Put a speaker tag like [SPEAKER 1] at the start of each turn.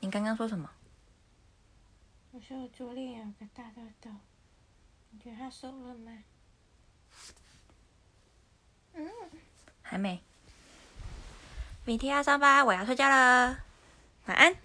[SPEAKER 1] 你刚刚说什么？
[SPEAKER 2] 我说我左脸有个大痘痘，你觉得它瘦了吗？嗯，
[SPEAKER 1] 还没。明天要上班，我要睡觉了，晚安。